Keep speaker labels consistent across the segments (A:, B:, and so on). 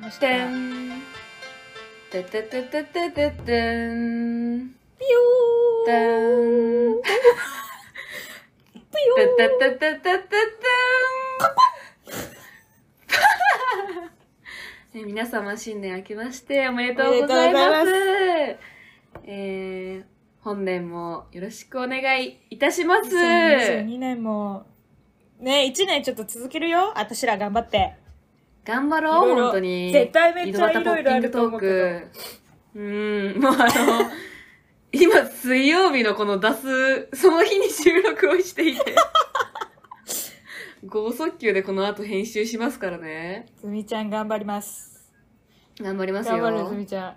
A: まし
B: して
A: た
B: ん。てててててててん。
A: ピヨー
B: てん。
A: ピ
B: て
A: ヨー
B: ててててててん。ね皆様新年明けましておめでとうございます。
A: おめでとうご
B: えー、本年もよろしくお願いいたします。
A: 2022年もね1年ちょっと続けるよ私ら頑張って
B: 頑張
A: い
B: ろ
A: ろ
B: う、
A: いろ
B: 本当に。
A: 絶対めっちゃ
B: 井戸端
A: いろいろあると思うけど
B: ポッキングトーク。うーん、もうあの、今水曜日のこの出す、その日に収録をしていて。剛速球でこの後編集しますからね。
A: ずみちゃん頑張ります
B: 頑張ります
A: 頑張るず
B: よ。
A: みちゃん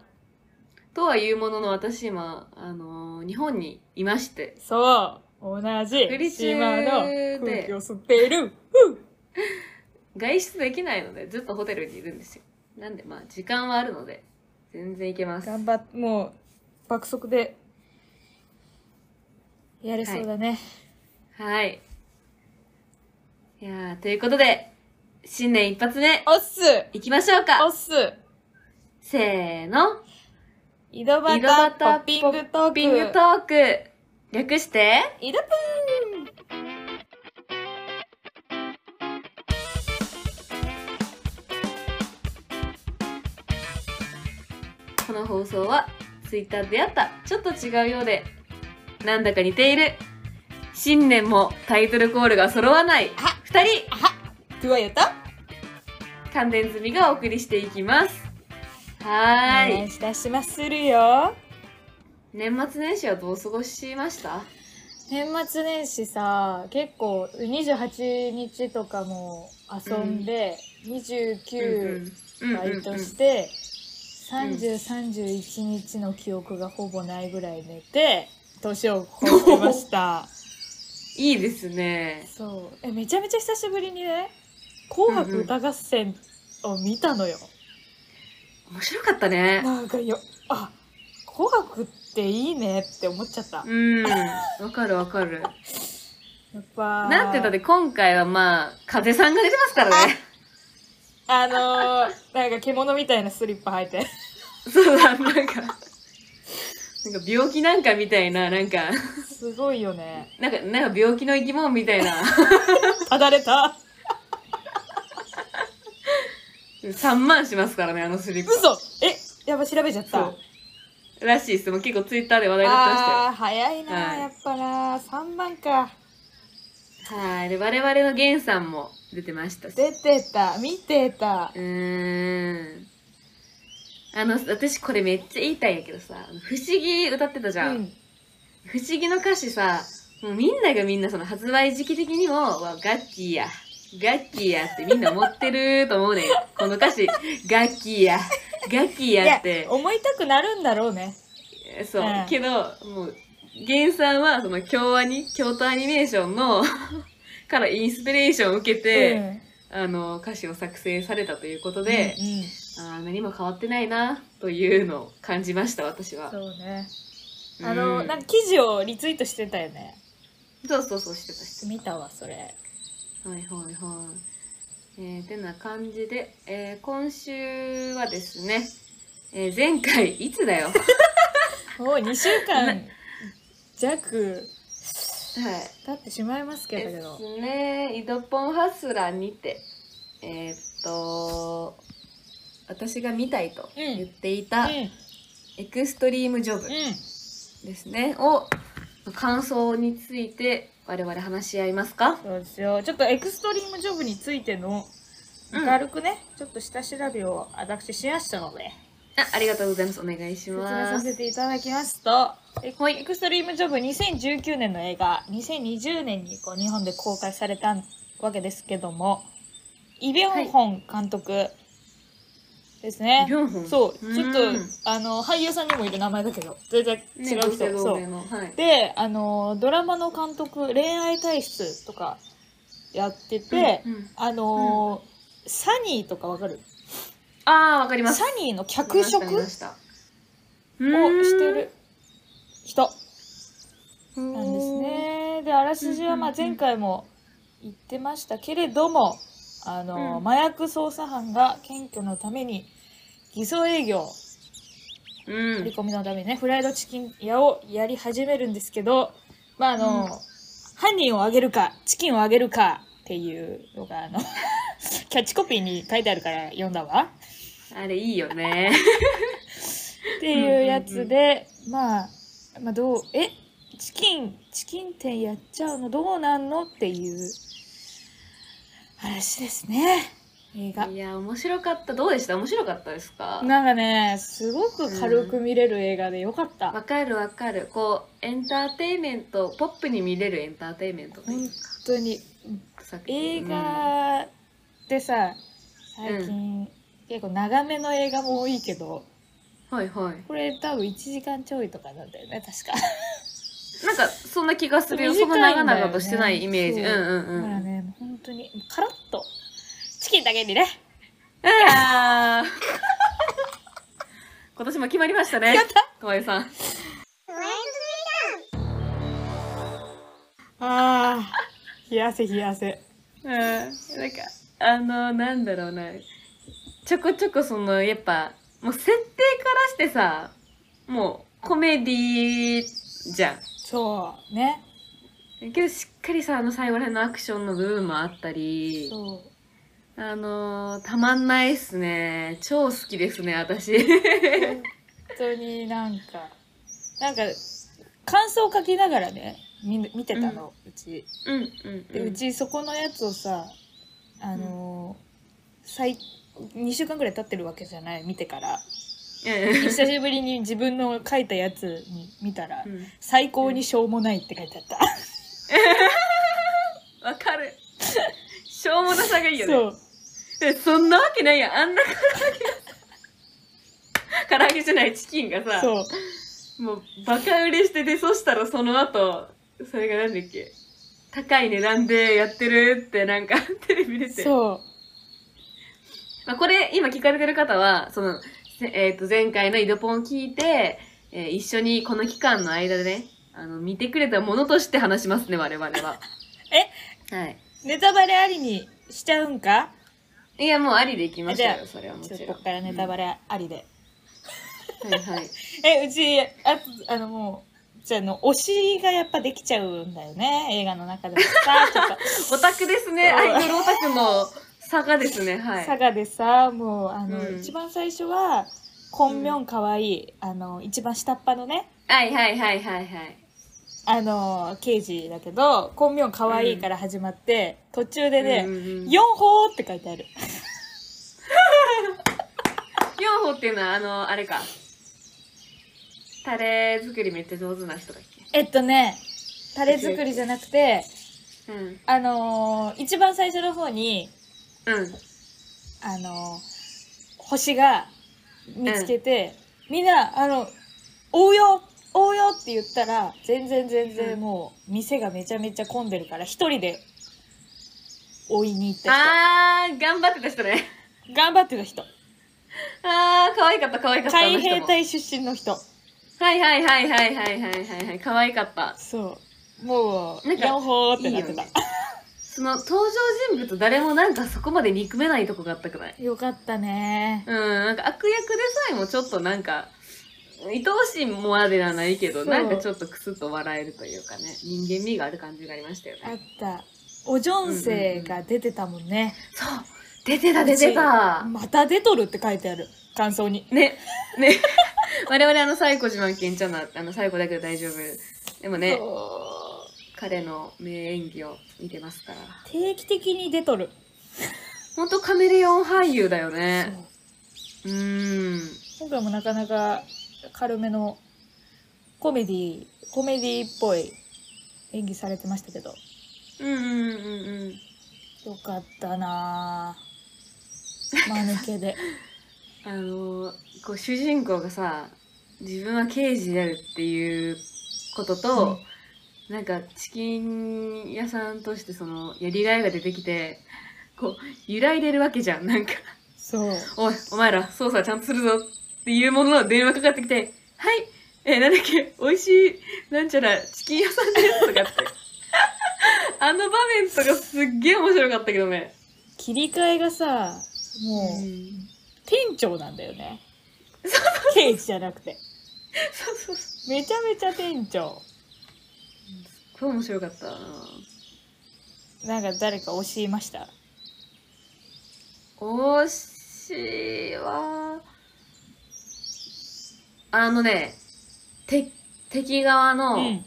B: とは言うものの私今、あの、日本にいまして。
A: そう同じ
B: フリチュ
A: 島
B: ー
A: の
B: で
A: 空気を吸っているふう
B: 外出できないので、ずっとホテルにいるんですよ。なんでまあ、時間はあるので、全然いけます。
A: 頑張っもう爆速でやれそうだね、
B: はい。いやー、ということで、新年一発目、
A: おっす
B: 行きましょう
A: お
B: か
A: っす
B: せーの、
A: 井戸端
B: 井戸端
A: ポッピングトーク
B: ビングトーク略して、
A: 井戸プ
B: この放送は、Twitter であった、ちょっと違うようで、なんだか似ている、新年もタイトルコールが揃わない、
A: あ
B: 二人、
A: ークワヨと
B: 関連済みがお送りしていきます。は
A: お
B: ー
A: 願
B: い。
A: いいたしまするよ
B: 年末年始はどう過ごしました
A: 年末年始さ結構28日とかも遊んで、29
B: うん
A: バイトして、3031日の記憶がほぼないぐらい寝て年を越してました
B: いいですね。
A: そうえめちゃめちゃ久しぶりにね「紅白歌合戦」を見たのよ、
B: 面白かったね。
A: なんかよあ紅白っていいねって思っちゃった、
B: うん。わかるわかる。
A: やっぱ
B: なんてだって今回はまあ、風さんが出てますからね。
A: あのー、なんか獣みたいなスリッパ履いて
B: そうだ、なんか。なんか病気なんかみたいな、なんか、
A: すごいよね
B: なんか、なんか病気の生き物みたいな、
A: ただれた
B: 3万しますからね、あのスリッパ。
A: 嘘えやばい調べちゃっ
B: そ
A: た
B: う。らしいです。もう結構ツイッターで話題になってました
A: あ
B: よ。
A: ー早いな、
B: はい
A: やっぱな3万か
B: はい。で、我々のゲンさんも出てましたし。
A: 出てた見てた
B: うーん。あの、私これめっちゃ言いたいんやけどさ、あの不思議歌ってたじゃ
A: うん
B: 不思議の歌詞さ、もうみんながみんなその発売時期的にも、わ、ガッキーや、ガッキーやってみんな思ってると思うねん。この歌詞、ガッキーや、ガッキー
A: い
B: や
A: や
B: って。
A: 思いたくなるんだろうね
B: そう
A: うん。
B: けど、もう、原さんはその京アニ、京都アニメーションの、からインスピレーションを受けて、あの、歌詞を作成されたということ
A: うん、
B: で、
A: うんうん
B: あー何も変わってないな、というのを感じました、私は。
A: そうねあの、
B: うん
A: なんか記事をリツイートしてたよね
B: そうそうそう、してた、してた。
A: 見たわそれ
B: はいはいはい。えー、てな感じで、えー今週はですね、えー前回、いつだよ。はい。
A: もう2週間弱経ってしまいますけれ
B: で
A: ど、
B: すね、井戸ポンハスラーにて、えーっと、私が見たいと言っていた、
A: うん
B: エクストリームジョブ
A: う
B: ですね、を、感想について、我々話し合いますか
A: ん、そうですよちょっとエクストリームジョブについての
B: うん
A: 軽くね、ちょっと下調べを私しましたので
B: あありがとうございます。お願いし
A: 説明さ
B: ます。
A: せていただきますとえ
B: はい
A: エクストリームジョブ2019年の映画2020年にこう日本で公開されたわけですけどもイ・ビョンホン監督ですね、
B: 4本。
A: そうちょっと
B: うん
A: あの俳優さんにもいる名前だけど全然
B: ね、
A: 違う人、
B: 同姓同
A: そう
B: 名の。はい。
A: であのドラマの監督恋愛体質とかやってて、
B: うんうん
A: あのーサニーとかわかる
B: ああ、わかります
A: サ。ニーの脚色
B: 見ま
A: を
B: した
A: してる人
B: な
A: なんですねであらすじはまあ
B: うんうんうん
A: 前回も言ってましたけれどもあの、
B: うん
A: 麻薬捜査班が検挙のために偽装営業
B: う
A: 振り
B: ん。
A: 込みのためにねフライドチキン屋をやり始めるんですけどまああの、
B: うん
A: 犯人をあげるかチキンをあげるかっていうのがあのキャッチコピーに書いてあるから読んだわ
B: あれいいよね。
A: っていうやつで、まあまあどうえチキンチキン店やっちゃうのどうなんのっていう話ですね映画
B: いや、面白かった。どうでした面白かったですか
A: なんかねすごく軽く見れる映画でよかった、
B: わかるわかる。こう、エンターテインメント、ポップに見れるエンターテインメントという
A: 本当に
B: 作
A: 映
B: 品。
A: 画でさ最近、結構長めの映画も多いけど
B: うんはいはい。
A: これ多分1時間ちょいとかなんだよね確か
B: なんか、そんな気がするよ。
A: 短い
B: そ
A: ん
B: ん
A: だ
B: な
A: よね
B: 長々としてないイメージ。う
A: そうん
B: うん
A: だか
B: う
A: ら
B: ん。
A: ねもう本当にカラッとチキンだけに ね
B: ああ。 今年も決まりましたね。河合さん。
A: あー冷やせ冷やせ
B: うん、なんかあのなんだろうなちょこちょこそのやっぱもう設定からしてさもうコメディじゃ
A: そうね
B: んけどしっかりさあの最後ら辺のアクションの部分もあったり
A: そ
B: あのたまんないっすね超好きですね私
A: う本当になんかなんか感想を書きながらね見見てたの、うち
B: うんうん
A: でうちそこのやつをさあのー最2週間ぐらい経ってるわけじゃない見てから久しぶりに自分の書いたやつに見たら
B: う
A: 「
B: んうん
A: 最高にしょうもない」って書いてあった、
B: わかる しょうもなさがいいよね
A: そう
B: えそんなわけないやんあんな唐揚げ唐揚げじゃないチキンがさ
A: そう
B: もうバカ売れしててそしたらその後それがなんだっけ高い値段でやってるってなんか テレビ出て、
A: そう
B: まあ、これ今聞かれてる方はその、せえー、と前回の井戸ポン聞いて、えー一緒にこの期間の間でねあの見てくれたものとして話しますね 我々ははい
A: ネタバレありにしちゃうんか
B: いやもうありでいきましょう
A: じゃ
B: よ
A: あ
B: それはも
A: ちょっ
B: ち
A: と
B: ろ
A: こ
B: ん
A: っからネタバレありで、
B: うんはいはい
A: えうちあとあのもうじゃあの推しがやっぱできちゃうんだよね映画の中でもさ ちょっと
B: オタクですね。
A: そう
B: アイドルオタクの差がですね。はい。
A: 佐賀でさもうあの、
B: うん
A: 一番最初はコンミョンかわいい、あの一番下っ端のね
B: はいはいはいはいはい。
A: あの刑事だけどコンミョンかわいいから始まって、途中でね
B: う
A: 「
B: んうんうん
A: 四方」って書いてある
B: 四歩っていうのは、あの、あれか。タレ作りめっちゃ上手な人だっ
A: えっとねタレ作りじゃなくて
B: け。うん。
A: あのー一番最初の方に
B: うん。
A: あのー星が見つけて、みんなあの追うよ追うよって言ったら全然全
B: う
A: 然
B: ん
A: もう店がめちゃめちゃ混んでるから一人で追いに行った
B: あー、頑張ってた人ね。
A: 人頑張ってた人
B: あー、可愛かった可愛かった。あの
A: 海
B: 人も
A: 兵。隊出身の人
B: はいはいはいはいはいはいはいはい。可愛かった。
A: そうもう
B: なんか
A: 両方ってなってた
B: いいよねその登場人物誰もなんかそこまで憎めないとこがあったくない
A: よかったね
B: うん、なんか悪役でさえもちょっとなんか、愛おしいもまではないけ
A: そ
B: ど、
A: う
B: なんかちょっとクスッと笑えるというかね、人間味がある感じがありましたよ
A: あ
B: ね。
A: ったおじょんせいが出てたもんね、
B: そう出てた出てた
A: また出とるって書いてある感想に
B: ね、ね。我々あの、最後自慢けんちゃんな、あの、最後だけど大丈夫。でもね、
A: そう
B: 彼の名演技を見てますから。
A: 定期的に出とる、
B: ほんとカメレオン俳優だよね。うーん。
A: 今回もなかなか軽めのコメディコメディっぽい演技されてましたけど
B: うんうんうんうん。
A: よかったなぁ間抜け で
B: あのこう主人公がさ自分は刑事であるっていうことと、なんかチキン屋さんとしてそのやりがいが出てきてこう揺らいでるわけじゃんなんか
A: そう
B: 「おいお前ら捜査ちゃんとするぞ」っていうものの電話かかってきて「はいえーなんだっけ美味しいなんちゃらチキン 屋さんです」とかってあの場面とかすっげえ面白かったけどね
A: 切り替えがさもう、
B: ん
A: 店長なんだよね刑事じゃなくて
B: そうそうそ
A: めちゃめちゃ店長
B: う。これ面白かったな。
A: なんか誰か教えました
B: おしは、あのね、て、敵側の、
A: う
B: めっ
A: ん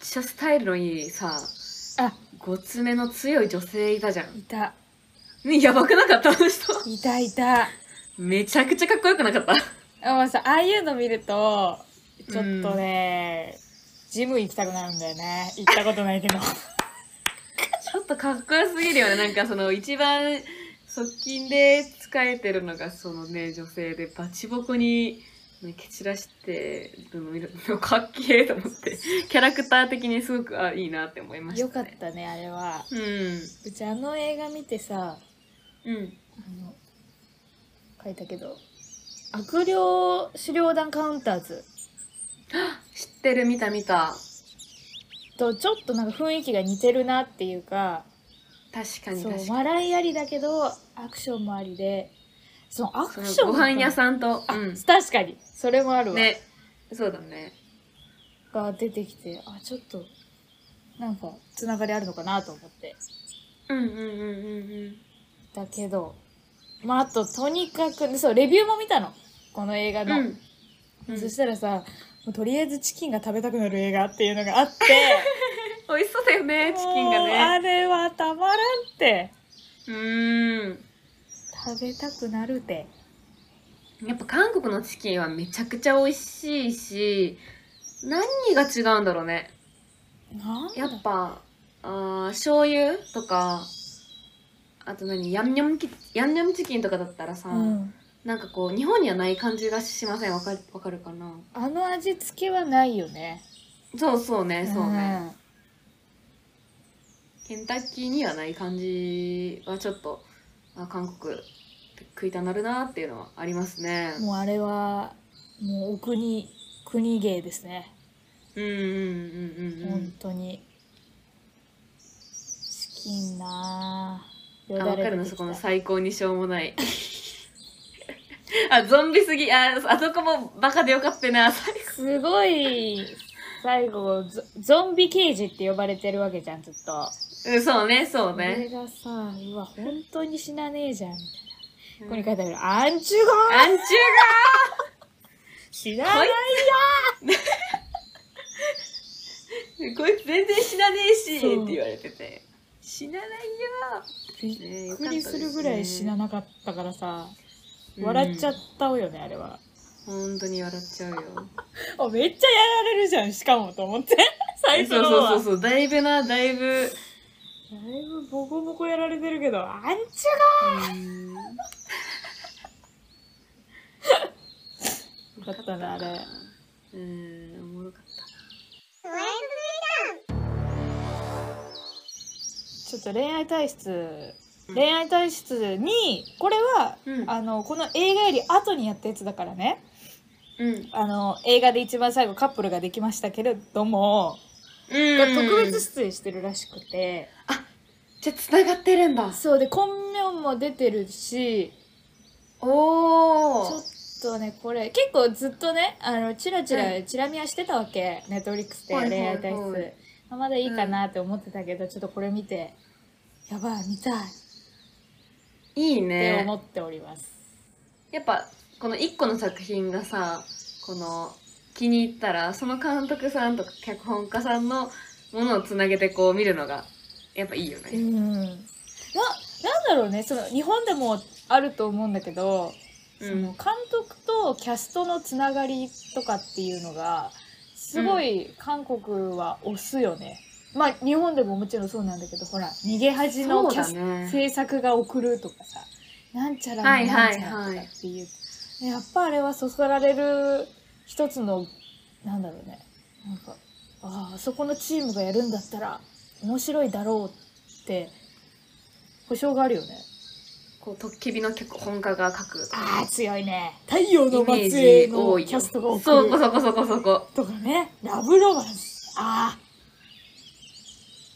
B: ちゃスタイルのいいさ、
A: あ
B: ごつめの強い女性いたじゃん。
A: いた
B: ね、やばくなかったあの人。
A: いたいた
B: めちゃくちゃかっこよくなかった。
A: あもうさああいうの見るとちょっとね、ジム行きたくなるんだよね行ったことないけど
B: ちょっとかっこよすぎるよね。なんかその一番側近で使えてるのがそのね、女性でバチボコに、ね、蹴散らしてるの見るのかっけえと思って、 キャラクター的にすごく、あ、いいなって思いました、
A: よ
B: ね。
A: かっ。たねあれは
B: うん。
A: うちあの映画見てさ
B: うん。
A: あの書いたけど悪霊狩猟団カウンターズ
B: 知ってる、見た見た。
A: とちょっとなんか雰囲気が似てるなっていうか
B: 確かに
A: そう
B: 確かに。
A: 笑いありだけどアクションもありでそのア
B: そ
A: クション
B: のご飯屋さんと、
A: あ、
B: う
A: 確かにそれもある
B: ん。
A: わ、
B: ね。そうだね。
A: が出てきてあちょっとなんかつながりあるのかなと思って
B: うんうんうんうんうん。
A: だけどまああととにかくそうレビューも見たのこの映画の、
B: うん。うん
A: そしたらさもうとりあえずチキンが食べたくなる映画っていうのがあって
B: 美味しそうだよ ね、チキンが
A: もう
B: ね
A: あ。れはたまらんって
B: うーん。
A: 食べたくなるて
B: やっぱ韓国のチキンはめちゃくちゃ美味しいし何が違うんだろうね
A: なん
B: やっぱあー醤油とかあと何ヤンニョムキヤンニョムチキンとかだったらさ、
A: うん、
B: なんかこう日本にはない感じがしませんわかるわかるかな
A: あの味付けはないよね
B: そうそうねそうね、ケンタッキーにはない感じはちょっとあ韓国って食いたなるなっていうのはありますね
A: うんもうあれはもうお国国芸ですね、
B: うんうんうんうんうん
A: 本当にチキンなあ
B: あ、わかるの、
A: 出て
B: そ
A: き
B: この
A: た
B: 最高にしょうもない。あ、ゾンビすぎ。あ、あそこもバカでよかったな。最高
A: すごい最後ゾゾンビ刑事って呼ばれてるわけじゃんずっと
B: うん、そうね、そう
A: これ
B: ね。
A: がさうわ本当に死なねえじゃんみたいなここに
B: ア
A: 書いてある「アンチュゴー
B: ンチュ
A: 死なないよ
B: ー がこいつ全然死なねえし、って
A: そう
B: 言われてて。死なないよ
A: びっくりするぐらい死ななかったからさ、
B: ー
A: 笑っちゃ
B: う
A: っ
B: ん
A: たよねあれは
B: 本当に笑っちゃうよ。
A: あめっちゃやられるじゃんしかもと思って最初
B: そう
A: の方
B: そう
A: は
B: そうそう、だいぶな、だいぶ。
A: だいぶボコボコやられてるけどアンチュ
B: うん
A: がよかったなあれ
B: うん、おもろかった。
A: ちょっと恋愛体質
B: うん
A: 恋愛体質にこれは、
B: うん
A: あのこの映画より後にやったやつだからね
B: うん。
A: あの映画で一番最後カップルができましたけれども、が
B: うん。
A: 特別出演してるらしくて、
B: じゃあ、繋がってるんだ。
A: そうで本名も出てるし
B: お
A: ちょっとねこれ結構ずっとねあのチラチ
B: は
A: ラチラ見はしてたわけネットフリックスで
B: はいは
A: 恋
B: いはい
A: 愛体質、まあまだいいかなって思ってたけど、ちょっとこれ見てやばい見たいっ
B: いい
A: て
B: ね
A: 思っております、
B: やっぱこの1個の作品がさこの気に入ったらその監督さんとか脚本家さんのものをつなげてこう見るのがやっぱいいよ
A: う
B: ね。
A: んななんだろうねその日本でもあると思うんだけど、
B: う
A: その監
B: ん、
A: 督とキャストのつながりとかっていうのがすごい韓国は推すよね、まあ日本でももちろんそうなんだけどほら逃げ恥の
B: そう
A: キャ
B: だ
A: ス
B: ね。
A: 制作が送るとかさなんちゃらの
B: はい
A: な
B: は
A: ん
B: い
A: ちゃら
B: はい
A: とかっていう、やっぱあれはそそられる一つのなんだろうねなんかあああそこのチームがやるんだったら面白いだろうって保証があるよね
B: こうとっきびの脚本家が書くと
A: あ
B: か
A: あ強いね太陽
B: イ
A: の
B: メ
A: 末裔
B: ージ
A: の
B: 多いよ。
A: キャストが
B: そ
A: 送
B: こ
A: る
B: そこそこそこ。
A: とかねラブロマンスああ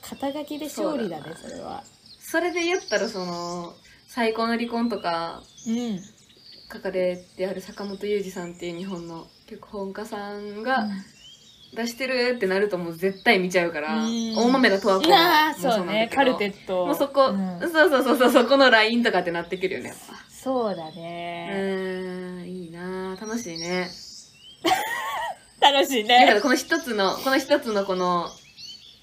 A: 肩書きで勝利だね
B: そうだな
A: それは
B: それで言ったらその「最高の離婚」とか
A: うん
B: 書かれてある坂本裕二さんっていう日本の脚本家さんが出してるってなるともう絶対見ちゃうから、
A: うん
B: 大豆田十和子も
A: なあ
B: も
A: そう
B: なんだ
A: ね
B: けど
A: カルテット
B: もうそこ、
A: うん
B: そうそうそうそうそこのラインとかってなってくるよねやっぱ
A: そうだ
B: う
A: ね、
B: ーんいいなあ楽しいね
A: 楽しい
B: だから
A: ね
B: この一つのこの一つのこの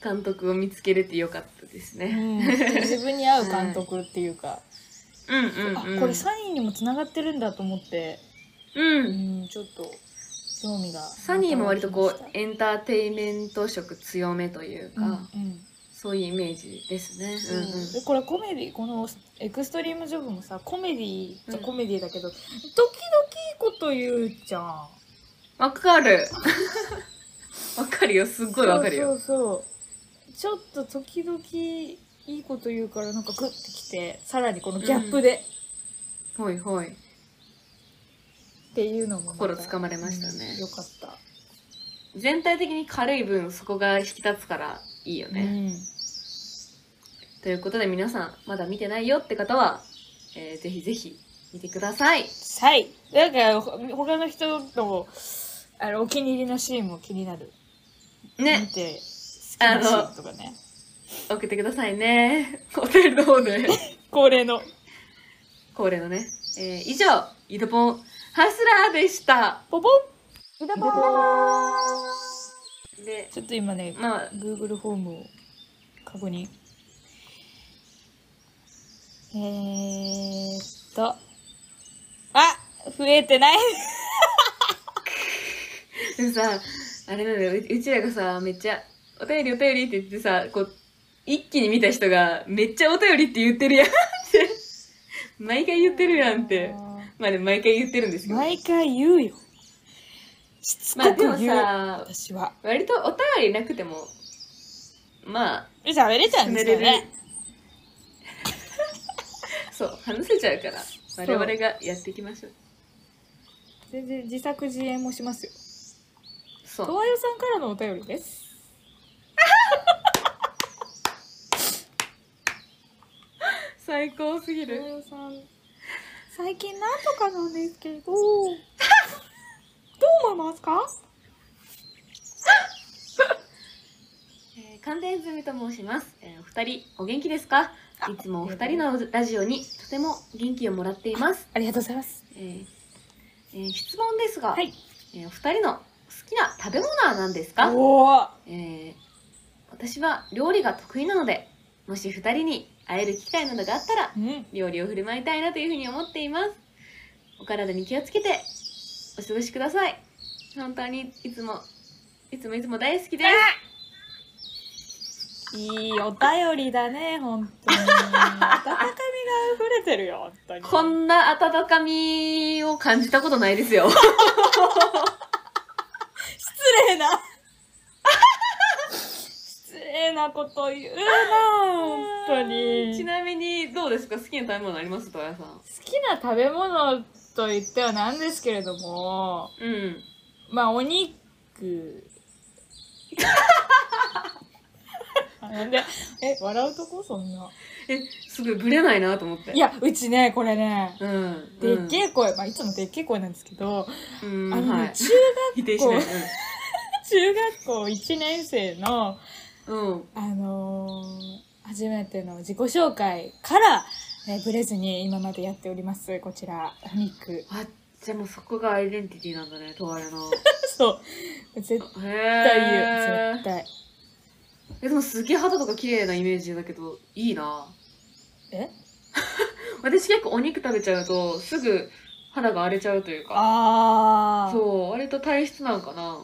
B: 監督を見つけれてよかったです
A: う
B: ね、
A: ん、自分に合う監督っていうか、
B: うん、うんうん
A: あこれサインにもつながってるんだと思って、
B: う
A: うんん、ちょっと興味が
B: サニーも割とこ
A: また湧
B: うエンターテインメント色強めという
A: き
B: か、
A: ましたうんうん
B: そういうイメージですね。
A: でこれコメディこのエクストリームジョブもさコメディじゃ
B: うん
A: コメディだけど、時々いいこと言うじゃん
B: わ、かる。 わかるよ。すっごいわかるよ。
A: そうそうそうちょっと時々いいこと言うからなんかグッてきてさらにこのギャップで、
B: ほいほい。
A: っていうのもま
B: 心掴まれましたね
A: うんよかった
B: 全体的に軽い分そこが引き立つからいいよね。ということで皆さんまだ見てないよって方は、えーぜひぜひ見てください。
A: はいなんかほ他の人のあのお気に入りのシーンも気になる見
B: ね、
A: て好きなシーンとかね
B: 送ってくださいね。 お便りの方で。
A: 恒例の
B: 恒例のね。えー以上、イドポンハスラーでした。
A: ポポン
B: ポで、
A: ちょっと今ね、
B: まあ、
A: Google フォームを確認。えーっと。あ増えてない
B: でもさあれなんだよううちらがさめっちゃ「お便りお便り」って言ってさこう一気に見た人が「めっちゃお便り」って言ってるやんって毎回言ってるやんってまあでも毎回言ってるんですけど
A: 毎回言うよ。しつ
B: まあ
A: こ
B: でも
A: く言う。
B: さ
A: 私は。
B: 割とお便りなくてもまあ
A: 喋れちゃうん
B: 進
A: で
B: め
A: すよ
B: れる
A: ね。
B: そう話せちゃうから
A: う
B: 我々がやっていきましょう
A: 全然自作自演もしますよ。
B: そう
A: とわよさんからのお便りです。
B: 最高すぎ
A: とわ
B: る
A: よさん、最近なんとかなんですけ ど、どう思いますか
B: えー、関連済みと申します、えーお二人お元気ですかいつもお二人のラジオにとても元気をもらっています
A: ありがとうございます。
B: えーえー質問ですが、
A: はい。
B: えーお二人の好きな食べ物は何ですか、
A: おー
B: えー私は料理が得意なのでもし二人に会える機会などがあったら
A: うん。
B: 料理を振る舞いたいなというふうに思っていますお体に気をつけてお過ごしください本当にいつもいつもいつも大好きです
A: いいお便りだね、本当に。温かみが溢れてるよ、本当に。
B: こんな温かみを感じたことないですよ
A: 失礼な。失礼なこと言うな、 本当に。
B: ち
A: 好
B: なみにどうですか好きな食べ物ありますとやさん
A: きな食べ物と言ってはなんですけれども、
B: うん
A: まあ、お肉。あなんで、え、笑うとこそんな。
B: えすごいブレないなと思って
A: いや、うちね、これね、
B: うん
A: でっけえ声、まあ、いつもでっけえ声なんですけど、
B: うん、
A: あのね、
B: はい
A: 中
B: 否定しない
A: 中学校1年生の、
B: うん、うん、
A: あのー初めての自己紹介から、えーブレずに今までやっておりますこちらお肉
B: あじゃあもうそこがアイデンティティなんだねと あれの
A: そう絶
B: へ
A: 対言う
B: え
A: 絶対
B: えでもすげえ肌とか綺麗なイメージだけどいいな
A: え
B: 私結構お肉食べちゃうとすぐ肌が荒れちゃうというか
A: ああ
B: そう割と体質なんかな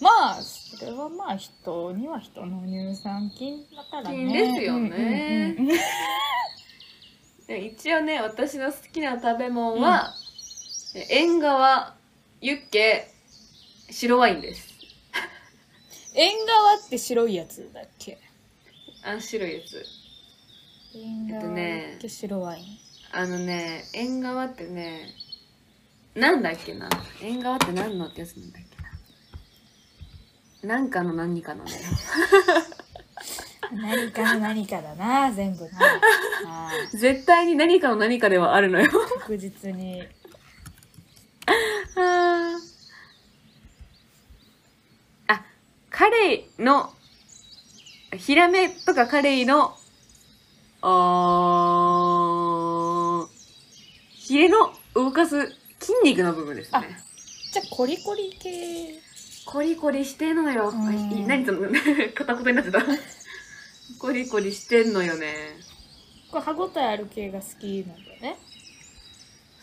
A: まあそれはまあ人には人の乳酸菌だからね
B: 菌ですよね
A: うんうんうん
B: で一応ね私の好きな食べ物は、え縁側ユッケ白ワインです
A: 縁側って白いやつだっけ
B: あ白いやつ
A: 縁側
B: えっとね
A: って白ワイン、
B: あのね、縁側ってね、なんだっけな。縁側って何のってやつなんだっけな。なんかの何かなのよ。
A: 何かの何かだな全部 なはい
B: 絶対に何かの何かではあるのよ。
A: 確実に
B: あー、 あ彼の、ヒラメとか彼の、あーヒレの動かす筋肉の部分ですね。
A: じゃあコリコリ系
B: コリコリしてんのよ。
A: うん
B: いい何その、 片言になっ てた。コリコリしてんのよね。
A: これ歯ごたえある系が好きなんだよね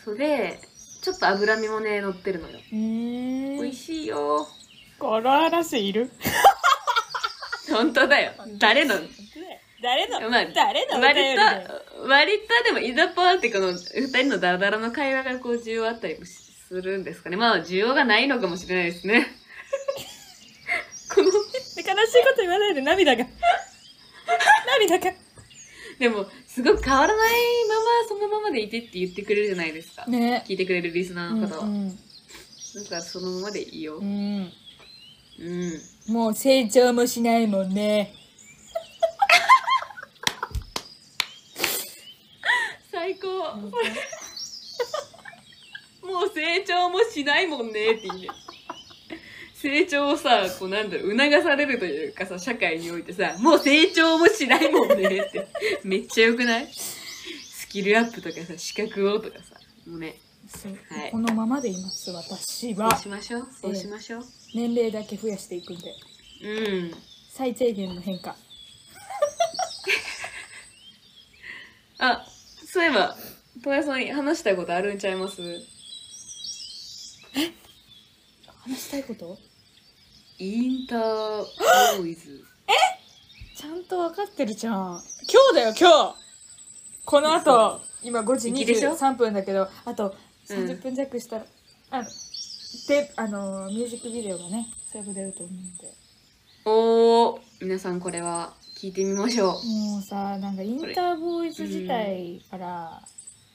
B: それで、ちょっと脂身もね、乗ってるのよ。
A: うーん
B: 美味しいよ。
A: この話いる
B: 本当だよ。誰の
A: 誰の、
B: まあ
A: 誰のお
B: 割
A: 便りだよ
B: と、割とでも、イザパーってこの二人のダラダラの会話がこう需要あったりもしするんですかね。まあ、需要がないのかもしれないですね。 この、
A: 悲しいこと言わないで涙 が涙が
B: でも、すごく変わらないまま、そのままでいてって言ってくれるじゃないですか。
A: ね
B: 聞いてくれるリスナーの方は。
A: うん
B: なんか、そのままでいいよ
A: う。ん、
B: うん。
A: もう成長もしないもんね
B: 最高。もう成長もしないもんねって言うね成長をさこうなんだろう促されるというかさ社会においてさもう成長もしないもんねってめっちゃよくないスキルアップとかさ資格をとかさもうね
A: そう
B: はい
A: このままでいます私
B: そう
A: は
B: しましょうそうしましょう
A: 年齢だけ増やしていくんで
B: うん
A: 最低限の変化
B: あそういえば戸谷さんに話したいことあるんちゃいます
A: 話したいこと
B: インターボーイズ
A: ちゃんと分かってるじゃん今日だよ今日この後今5時
B: 粋でしょ
A: 23分だけどあと
B: うん
A: 30分弱したら、あのであのミュージックビデオがねそれも出ると思うんで
B: おー皆さんこれは聞いてみましょ
A: もうさなんかインターボーイズ自体から、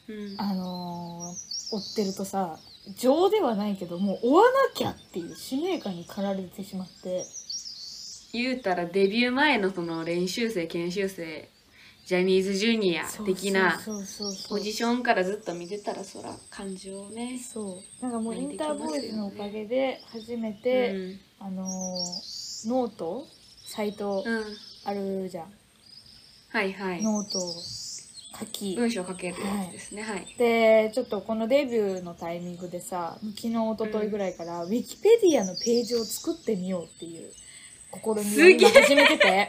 B: う、うん、
A: あのー追ってるとさ情ではないけどもう追わなきゃっていう使命感に駆られてしまって
B: 言うたらデビュー前のその練習生研修生ジャニーズジュニア的な
A: そうそうそうそう
B: ポジションからずっと見てたらそら感情をね
A: そうなんかもうインターボーイズのおかげで初めて、
B: うん
A: あのーノートサイト
B: うん、
A: あるじゃん、
B: はいはい
A: ノートを書き、
B: 文章書けるやつですねはい、
A: でちょっとこのデビューのタイミングでさ昨日一昨日ぐらいから、ウィキペディアのページを作ってみようっていう試みを今始めて て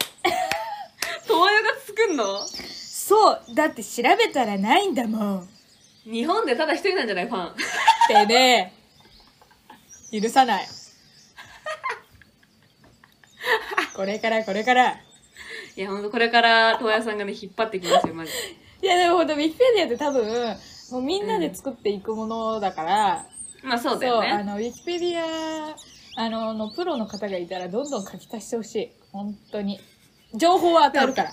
B: 東洋が作んの
A: そうだって調べたらないんだもんっ
B: 日本でただ一人なんじゃないファン
A: てね許さ ないこれからこれから
B: いやほんとこれから東洋さんがね引っ張ってきますよマジで
A: いやでもほんとウィキペディアって多分もうみんなで作っていくものだから、
B: まあそうだよ
A: あ
B: ね
A: のウィキペディアあののプロの方がいたらどんどん書き足してほしい本当に情報は当たるから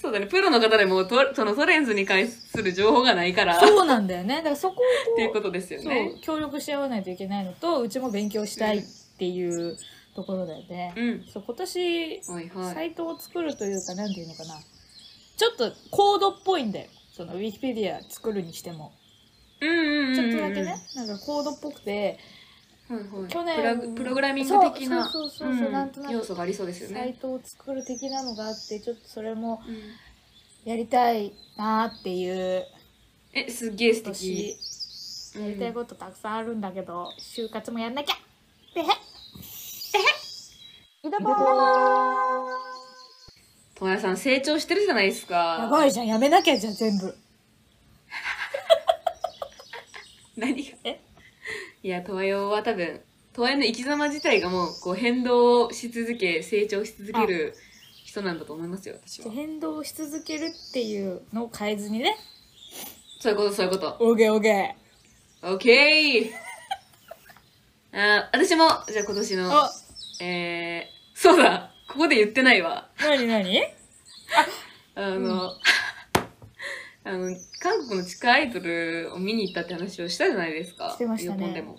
B: そうだねプロの方でもとそのソレンズに関する情報がないからっ
A: そうなんだよねだからそこをこう
B: ていうことですよね
A: そう協力し合わないといけないのとうちも勉強したいっていうところだよね、
B: うん
A: そう今年
B: はいはい
A: サイトを作るというかなんていうのかなちょっとコードっぽいんだよそのウィキペディア作るにしても
B: うんうんうん
A: ち
B: うん
A: ょっとだけねなんかコードっぽくて
B: はいはい、
A: 去年
B: プラグプログラミング的な
A: そうそうそうそう
B: うん
A: なんとなく
B: 要素がありそうですよ
A: サイ
B: ね。
A: トを作る的なのがあってちょっとそれも
B: うん
A: やりたいなーっていう
B: えすっげえ素敵
A: 年。やりたい
B: うん
A: ことたくさんあるんだけど、就活もやんなきゃでへえへいだば
B: ともやさん成長してるじゃないです
A: ーや
B: か。
A: ばいじゃんやめなきゃじゃん全部
B: 何が
A: え
B: いやともよは多分ともやの生き様自体がもうこう変動し続け成長し続ける人なんだと思いますよ
A: じ
B: 私
A: ゃ
B: は
A: あ。変動し続けるっていうのを変えずにね
B: そういうことそういうこと。
A: オーゲーオーゲ
B: オッケー。あ私もじゃあ今年
A: ー
B: の
A: あ
B: えー、そうだここで言ってないわ。
A: なになに
B: あの、 あの、韓国の地下アイドルを見に行ったって話をしたじゃないですか。
A: してましたね
B: 日本でも。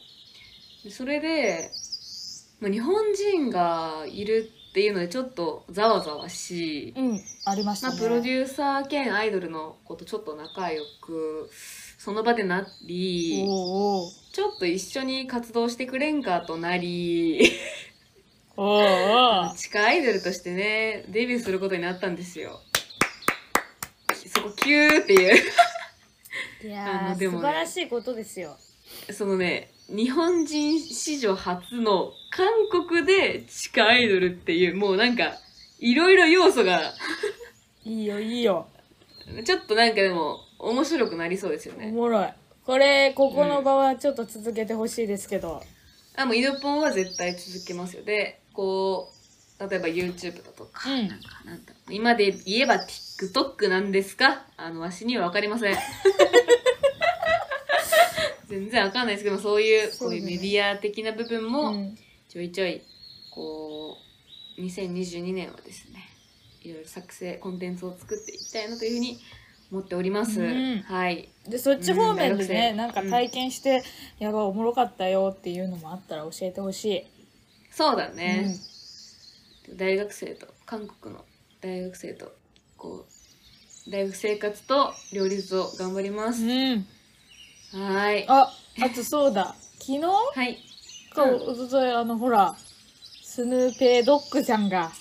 B: でそれで、まあ日本人がいるっていうのでちょっとざわざわしい、
A: うんありました
B: まあ、
A: ね
B: プロデューサー兼アイドルの子とちょっと仲良くその場でなり
A: おー
B: ちょっと一緒に活動してくれんかとなり
A: おーおーおー
B: 地下アイドルとしてねデビューすることになったんですよ。そこキューっていう
A: いやー
B: あので
A: 素
B: もね
A: 晴らしいことですよ
B: そのね、日本人史上初の韓国で地下アイドルっていう、もうなんか、いろいろ要素が、
A: いいよいいよ
B: ちょっとなんかでも、面白くなりそうですよ
A: お
B: ね。
A: もろいこれここの場はちょっと続けてほしいですけど、
B: あ、もう、イドポンは絶対続けますよ。で、こう、例えば YouTube だとか、
A: うん
B: なんか、なんだ、今で言えば TikTok なんですかあの、わしにはわかりません。全然わかんないですけど、そういう、こういうメディア的な部分も、
A: うん
B: ちょいちょいこう2022年はですねいろいろ作成コンテンツを作っていきたいなというふうに思っております、
A: うん
B: はい
A: でそっち方面でね、
B: うん
A: なんか体験して、やばいおもろかったよっていうのもあったら教えてほしい、
B: そうだね、大学生と韓国の大学生とこう大学生活と両立を頑張りま
A: う
B: す、
A: ん、うん、
B: はい
A: ああとそうだ昨日
B: はい
A: か
B: うん
A: おとといあのほらスヌーペイドッグちゃんが
B: ああ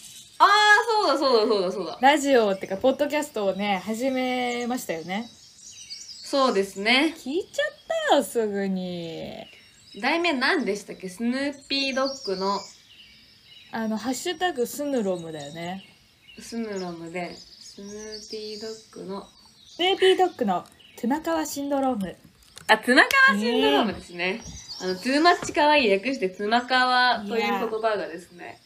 B: そうだそうだそうだそうだ
A: ラジオってかポッドキャストをね始めましたよね
B: そうですね
A: 聞いちゃったよすぐに
B: 題名何でしたっけスヌーピードッグの
A: あの「ハッシュタグスヌロム」だよね
B: スヌロムでスヌーピードッグの
A: ベイビードッグのトゥナカワシンドローム
B: あ、ツナカワシンドロームですね。あの、トゥーマッチ可愛い略してツナカワという言葉がですね、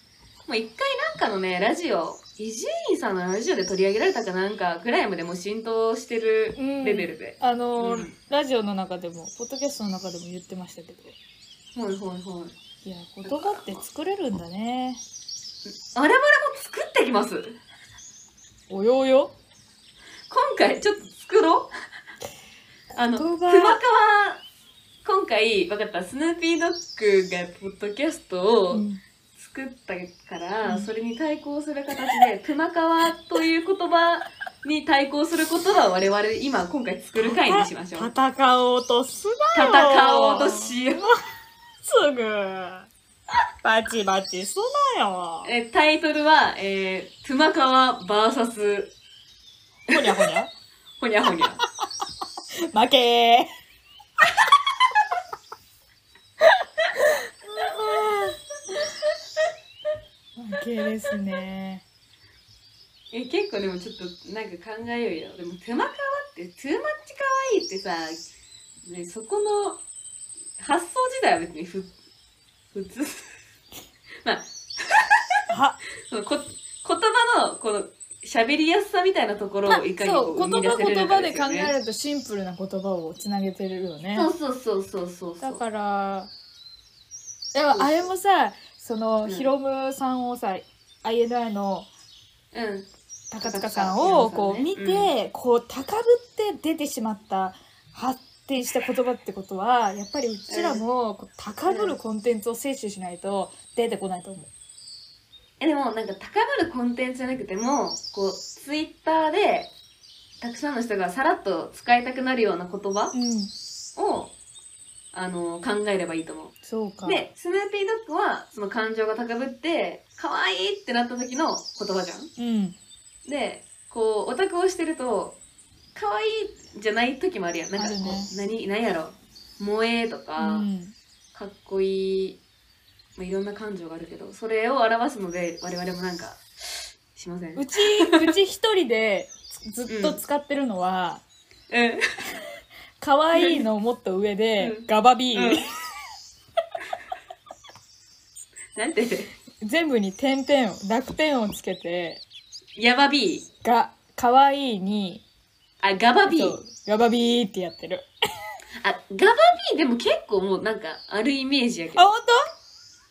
B: もう一回なんかのね、ラジオ、伊集院さんのラジオで取り上げられたかなんかぐらいまでもう浸透してるレベルで。
A: あの、
B: うん
A: ラジオの中でもポッドキャストの中でも言ってましたけど
B: ほいほいほい。
A: いや言葉って作れるんだね
B: 我々も作ってきます。今
A: およおよ
B: 回ちょっと作ろう。あの、ツ
A: 言
B: ナカ
A: 葉
B: ワ、今回、わかった、スヌーピードッグがポッドキャストを、
A: うん
B: 作ったから、
A: うん
B: それに対抗する形で「 熊川」という言葉に対抗する言葉を我々今今回作る回にしましょう
A: 戦おうとすなよ
B: 戦おうとしよう
A: すぐバチバチすなよ
B: えタイトルは「えー、熊川 VS
A: ほにゃほにゃ
B: ほにゃほにゃ」
A: 負けー 負けですね
B: え結構でもちょっとなんか考えようよでも「熊川」って「トゥーマッチ可愛いってさ、ね、そこの発想自体は別にふ普通まあ
A: あ
B: そのこ言葉のこの喋りやすさみたいなところをいかにこ
A: そうう
B: 生
A: 言
B: み出
A: 葉
B: せれ
A: 言
B: るか
A: 葉
B: で
A: です考
B: よね。
A: えるとシンプルな言葉をつなげてるよね
B: そうそうそうそうそ
A: だ
B: う
A: か
B: そう。
A: らでもあれもさその、
B: うん
A: ヒロムさんをさ INI の
B: うん。
A: 高塚さんを
B: 高塚さ
A: こ
B: んね
A: う見て、
B: う
A: こう高ぶって出てしまった発展した言葉ってことはやっぱりうちらもこう高ぶるコンテンツを摂取しないと出てこないと思う。
B: えでもなんか高ぶるコンテンツじゃなくてもこうツイッターでたくさんの人がさらっと使いたくなるような言葉
A: うん、
B: をあの考えればいいと思
A: そうか
B: う。でスヌーピードッグはその感情が高ぶって可愛いってなった時の言葉じゃん。
A: うん、
B: でこうオタクをしてると可愛いじゃない時もあるやんなんか
A: あ
B: こ
A: るね
B: う、何何やろ萌えと
A: う
B: か、
A: ん、
B: かっこいい、まあ、いろんな感情があるけどそれを表すので我々もなんかしません
A: うちうち一人でずずっと使ってるのは、
B: うん
A: 可愛いのもっと上で、
B: うん
A: ガバビー、
B: なんて
A: 全部に点々を濁点をつけて
B: ヤバビー
A: が可愛いに
B: あガバビー
A: そうガバビーってやってる
B: あガバビーでも結構もうなんかあるイメージやけ
A: あ
B: ど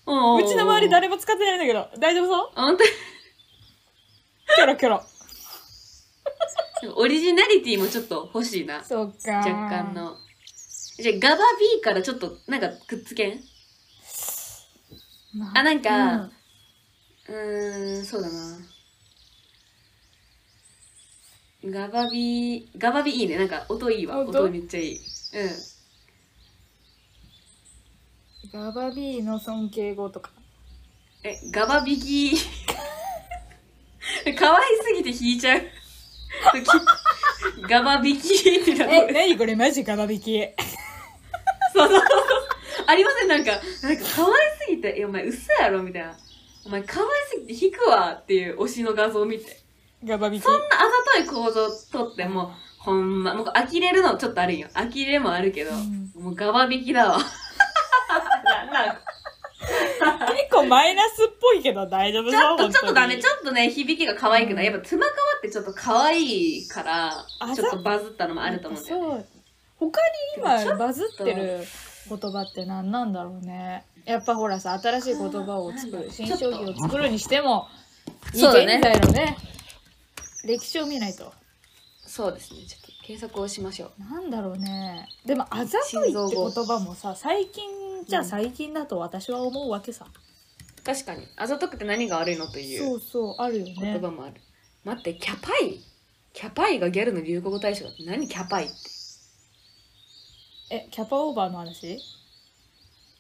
A: 本
B: お
A: 当
B: う
A: うちの周り誰も使ってないんだけど大丈夫そう
B: あ本当に
A: キョロキョロ
B: オリジナリティもちょっと欲しいな
A: そうか
B: 若干のじゃあガバビーからちょっとなんかくっつけんあなんか
A: うん
B: うーん、そうだな。ガバビガバビいいね。なんか音いいわ。
A: 音
B: 音めっちゃいい。う
A: ガバビーの尊敬語とか
B: ん。え、ガバビキ 可愛すぎて弾いちゃう。 ガバビキってな
A: え、なにこれマジガバ引き。
B: そうそうそう。ありません、なんか、なんか可愛すぎて、いや、お前嘘やろみたいな。お前可愛すぎて弾くわっていう推しの画像を見て。
A: ガバ引き
B: そんなあざとい構造とっても、ほんま、もう呆れるのちょっとあるんよ。呆れもあるけど、
A: うん
B: もうガバ引きだ わ。ななん
A: 結構マイナスっぽいけど大丈夫
B: ちょっと、ちょっとダメ。ち
A: ょ
B: ょっとね、響きが可愛くない。
A: うん
B: やっぱ、妻川ってちょっと可愛いから
A: あ、ざ
B: ちょっとバズったのもあると思うんだよ
A: そ
B: ね。
A: う。他に今バズってる言葉って何なんだろうね。やっぱほらさ、新しい言葉を作る、新商品を作るにしても、現
B: そうだね
A: 代のね、歴史を見ないと。
B: そうですね。ちょっと検索をしましょう。
A: なんだろうね。でも、あざといって言葉もさ、最近じゃ最近だと私は思うわけさ。
B: 確かに。あざとくて何が悪いのとい
A: そううそう、あるよね。
B: 言葉もある。待って、キャパイキャパイがギャルの流行語大賞だって何キャパイって。
A: え、キャパオーバーの話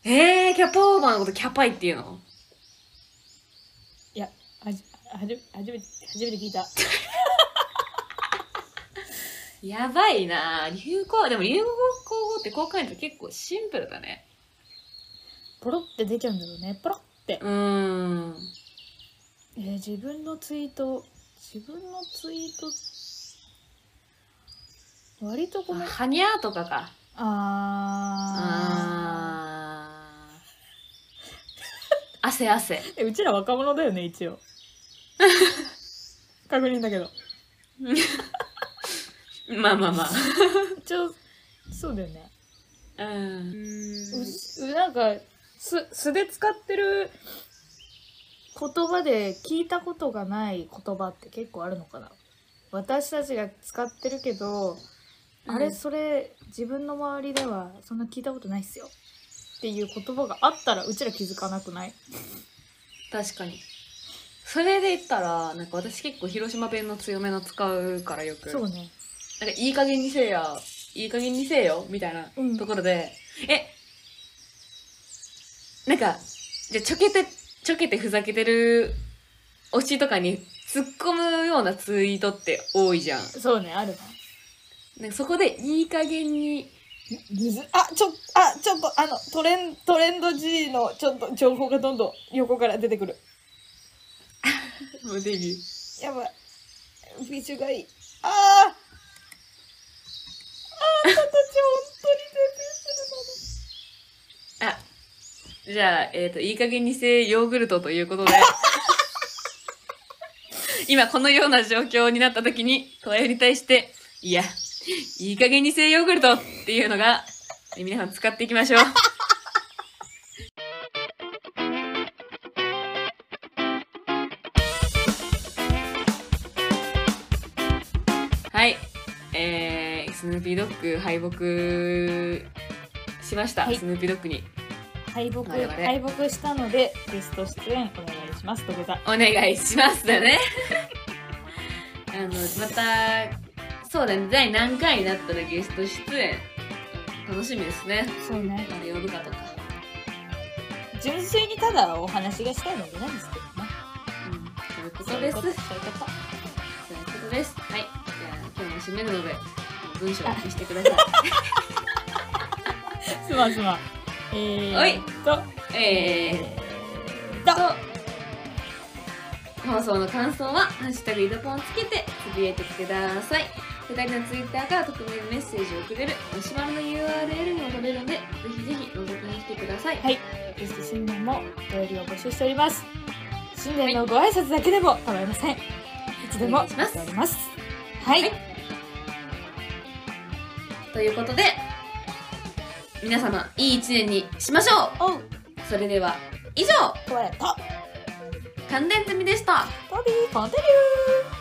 B: えー、キャパオーバーのことキャパイっていうの
A: いや、はじ、はじ、初めて、初めて聞いた。
B: やばいなぁ流行、でも流行語ってこう考えると結構シンプルだね。
A: ポロって出ちゃうんだろうね。ポロって。
B: うーん。
A: えー自分のツイート、自分のツイート、割とごめん。
B: はにゃーとかか。
A: あ
B: あー。汗汗。
A: ー。え、うちら若者だよね、一応。確認だけど。
B: まあまあまあ。
A: 一応、そうだよね。
B: うん。
A: ううなんか、す、素で使ってる言葉で聞いたことがない言葉って結構あるのかな私たちが使ってるけど、あれ、それ、自分の周りではそんな聞いたことないっすよ。っていう言葉があったら、うちら気づかなくない
B: 確かに。それで言ったら、なんか私結構広島弁の強めの使うからよく。
A: そうね。
B: なんか、いい加減にせえや、いい加減にせえよ、みたいな
A: うん
B: ところで、え、なんか、じゃあちょけて、ちょけてふざけてる推しとかに突っ込むようなツイートって多いじゃん。
A: そうね、あるな。
B: なんかそこで、いい加減に、
A: むずあ、ちょ、あ、ちょっと、あの、トレン、トレンド G の、ちょっと、情報がどんどん横から出てくる。
B: もうデビュー。
A: やばい。フィッシュがいい。ああああ、形本当に
B: あ、じゃあ、えっ、と、いい加減にせえヨーグルトというこ とで、今このような状況になった時に、トライに対して、いや、いい加減にせえヨーグルトっていうのが、え皆さん使っていきましょう。 はい。えー、スヌーピードッグ敗北しました、
A: はい
B: スヌーピードッグに。
A: 敗北、
B: 我々
A: 敗北したので、ゲスト出演お願いします。土下座。
B: お願いしますだねあのまたそうだね第何回になったらゲスト出演楽しみですね
A: そうね。
B: 誰呼ぶかとか、
A: 純粋にただお話がしたいのでなんですけどね。
B: うん、そういうことですそういうこ
A: そういうこと。
B: とですはいじゃあ今日も締めるので文章を消してくださ
A: すまんすまん。え
B: お
A: ー
B: い
A: っと、
B: いえ
A: ー
B: ー、
A: っ
B: と放送の感想は「ハッシュタグイドポン」つけてつぶやいてください2人のツイッターから匿名のメッセージを送れるマシュマロの URL にも飛べるのでぜひぜひ覗きに来てください
A: はい。ゲスト新年もお便りを募集しております。新年のご挨拶だけでも構いません。いつでも
B: お願いします
A: 待っております。はい。
B: はいということで皆様いい一年にしましょ
A: おう、
B: うそれでは以上
A: これと、
B: 関連済みでした
A: トビー、ポンテリュー。